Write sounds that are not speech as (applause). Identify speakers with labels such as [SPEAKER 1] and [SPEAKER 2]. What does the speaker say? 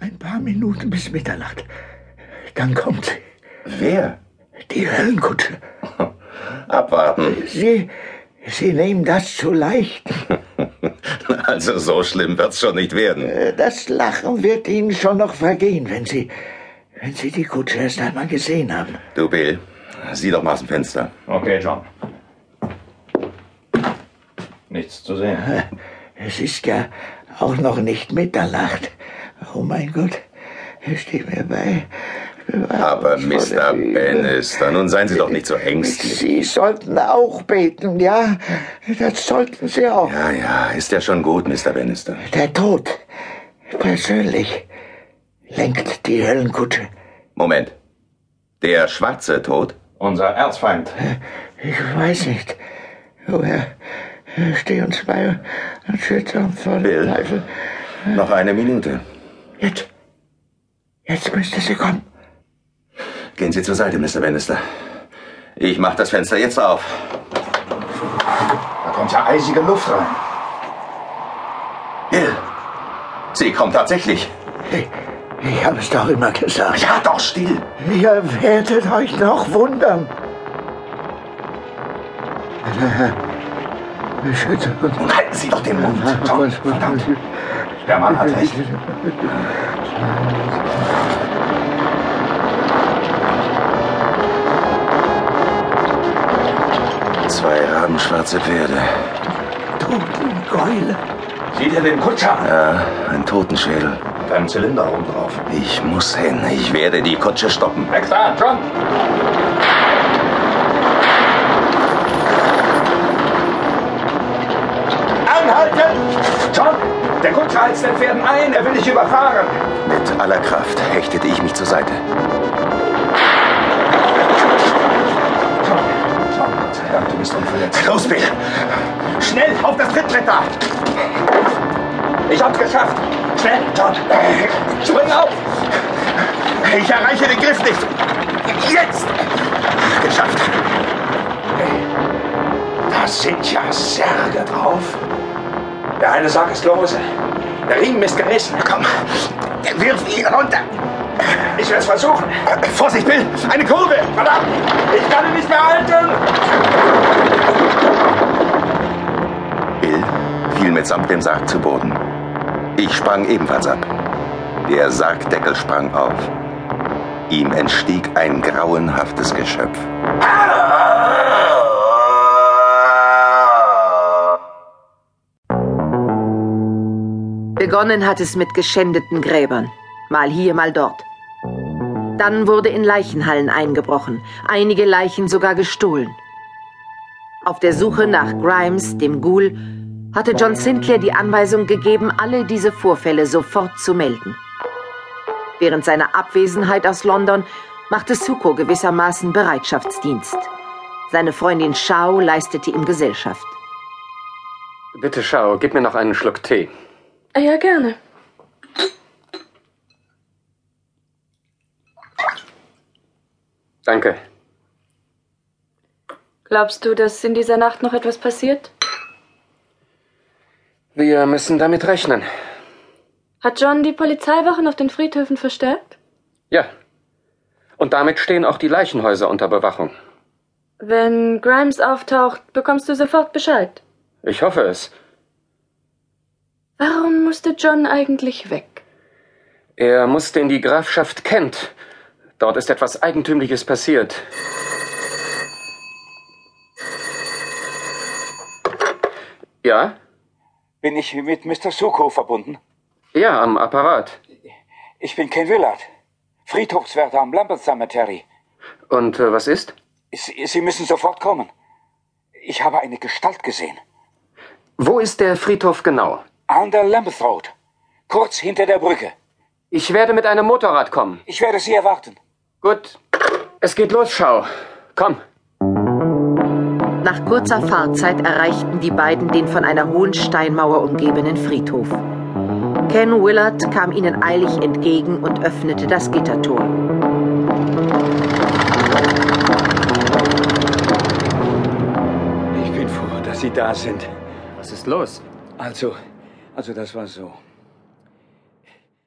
[SPEAKER 1] Ein paar Minuten bis Mitternacht. Dann kommt sie.
[SPEAKER 2] Wer?
[SPEAKER 1] Die Höllenkutsche.
[SPEAKER 2] Abwarten.
[SPEAKER 1] Sie, Sie nehmen das zu leicht.
[SPEAKER 2] (laughs) Also so schlimm wird's schon nicht werden.
[SPEAKER 1] Das Lachen wird Ihnen schon noch vergehen, wenn Sie, wenn Sie die Kutsche erst einmal gesehen haben.
[SPEAKER 2] Du, Bill, sieh doch mal aus dem Fenster.
[SPEAKER 3] Okay, John. Nichts zu sehen.
[SPEAKER 1] Es ist ja auch noch nicht Mitternacht. Oh mein Gott, steh mir bei. Bewahre
[SPEAKER 2] Aber
[SPEAKER 1] uns vor der
[SPEAKER 2] Mr.
[SPEAKER 1] Liebe.
[SPEAKER 2] Bannister, nun seien Sie doch nicht so ängstlich.
[SPEAKER 1] Sie sollten auch beten, ja? Das sollten Sie auch.
[SPEAKER 2] Ja, ja, ist ja schon gut, Mr. Bannister.
[SPEAKER 1] Der Tod persönlich lenkt die Höllenkutsche.
[SPEAKER 2] Moment. Der schwarze Tod?
[SPEAKER 3] Unser Erzfeind.
[SPEAKER 1] Ich weiß nicht. Oh Herr, steh uns bei und schütze uns vor
[SPEAKER 2] Bill.
[SPEAKER 1] dem Teufel.
[SPEAKER 2] Noch eine Minute.
[SPEAKER 1] Jetzt. Jetzt müsste sie kommen.
[SPEAKER 2] Gehen Sie zur Seite, Mr. Bannister. Ich mach das Fenster jetzt auf.
[SPEAKER 3] Da kommt ja eisige Luft rein.
[SPEAKER 2] Bill, sie kommt tatsächlich.
[SPEAKER 1] Ich, ich habe es doch immer gesagt.
[SPEAKER 2] Ja, doch, still.
[SPEAKER 1] Ihr werdet euch noch wundern. Äh, Herr, beschütze äh, uns.
[SPEAKER 2] Nun halten Sie doch den Mund.
[SPEAKER 1] Aber es wird
[SPEAKER 3] Der Mann hat recht.
[SPEAKER 2] Zwei rabenschwarze Pferde.
[SPEAKER 1] Totengeule.
[SPEAKER 3] Sieh dir den Kutscher an.
[SPEAKER 2] Ja, ein Totenschädel.
[SPEAKER 3] Mit einem Zylinder oben drauf.
[SPEAKER 2] Ich muss hin. Ich werde die Kutsche stoppen.
[SPEAKER 3] Weg da, John! Anhalten! John! Der Kutscher heizt den Pferden ein, er will dich überfahren!
[SPEAKER 2] Mit aller Kraft hechtete ich mich zur Seite.
[SPEAKER 3] John! John, Gott sei Dank, du bist unverletzt.
[SPEAKER 2] Los, Bill!
[SPEAKER 3] Schnell, auf das Trittbrett da! Ich hab's geschafft! Schnell, John! Spring auf!
[SPEAKER 2] Ich erreiche den Griff nicht! Jetzt! Geschafft!
[SPEAKER 3] Da sind ja Särge drauf. Der eine Sarg ist lose. Der Riemen ist gerissen. Komm,
[SPEAKER 2] Wirf ihn runter!
[SPEAKER 3] ich werd's versuchen.
[SPEAKER 2] Vorsicht, Bill! Eine Kurve!
[SPEAKER 3] Verdammt! Ich kann ihn nicht mehr halten!
[SPEAKER 2] Bill fiel mitsamt dem Sarg zu Boden. Ich sprang ebenfalls ab. Der Sargdeckel sprang auf. Ihm entstieg ein grauenhaftes Geschöpf.
[SPEAKER 4] Begonnen hat es mit geschändeten Gräbern. Mal hier, mal dort. Dann wurde in Leichenhallen eingebrochen, einige Leichen sogar gestohlen. Auf der Suche nach Grimes, dem Ghoul, hatte John Sinclair die Anweisung gegeben, alle diese Vorfälle sofort zu melden. Während seiner Abwesenheit aus London machte Suko gewissermaßen Bereitschaftsdienst. Seine Freundin Shao leistete ihm Gesellschaft.
[SPEAKER 5] Bitte schau, gib mir noch einen Schluck Tee.
[SPEAKER 6] Ah, Ja, gerne.
[SPEAKER 5] Danke.
[SPEAKER 6] Glaubst du, dass in dieser Nacht noch etwas passiert?
[SPEAKER 5] Wir müssen damit rechnen.
[SPEAKER 6] Hat John die Polizeiwachen auf den Friedhöfen verstärkt?
[SPEAKER 5] Ja. Und damit stehen auch die Leichenhäuser unter Bewachung.
[SPEAKER 6] Wenn Grimes auftaucht, bekommst du sofort Bescheid.
[SPEAKER 5] Ich hoffe es.
[SPEAKER 6] Warum musste John eigentlich weg?
[SPEAKER 5] Er musste in die Grafschaft Kent. Dort ist etwas Eigentümliches passiert. Ja?
[SPEAKER 7] Bin ich mit Mr. Suko verbunden?
[SPEAKER 5] Ja, am Apparat.
[SPEAKER 7] Ich bin Ken Willard, Friedhofswärter am Lambeth Cemetery.
[SPEAKER 5] Und äh, was ist?
[SPEAKER 7] Sie, Sie müssen sofort kommen. Ich habe eine Gestalt gesehen.
[SPEAKER 5] Wo ist der Friedhof genau?
[SPEAKER 7] An der Lambeth Road, kurz hinter der Brücke.
[SPEAKER 5] Ich werde mit einem Motorrad kommen.
[SPEAKER 7] Ich werde Sie erwarten.
[SPEAKER 5] Gut. Es geht los, Schau. Komm.
[SPEAKER 4] Nach kurzer Fahrzeit erreichten die beiden den von einer hohen Steinmauer umgebenen Friedhof. Ken Willard kam ihnen eilig entgegen und öffnete das Gittertor.
[SPEAKER 7] Ich bin froh, dass Sie da sind.
[SPEAKER 5] Was ist los?
[SPEAKER 7] Also, also das war so.